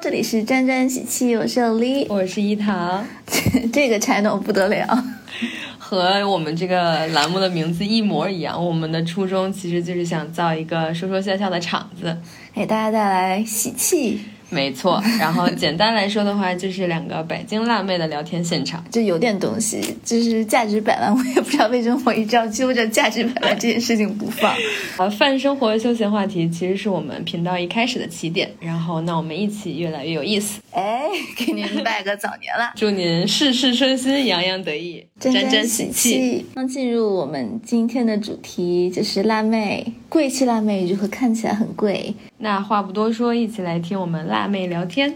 这里是沾沾喜气，我是李， 我是一堂，这个柴农不得了，和我们这个栏目的名字一模一样。我们的初衷其实就是想造一个说说笑笑的场子，给哎大家带来喜气，没 错。然后简单来说的话，就是两个北京辣妹的聊天现场。就有点东西，就是价值百万，我也不知道为什么我一直要揪着价值百万这件事情不放。呃，泛生活休闲话题其实是我们频道一开始的起点，然后那我们一起越来越有意思。，哎，给您拜个早年啦 祝您事事顺心，洋洋得意，沾沾喜气。气。那进入我们今天的主题，就是辣妹，贵气辣妹如何看起来很贵？那话不多说，一起来听我们辣妹聊天。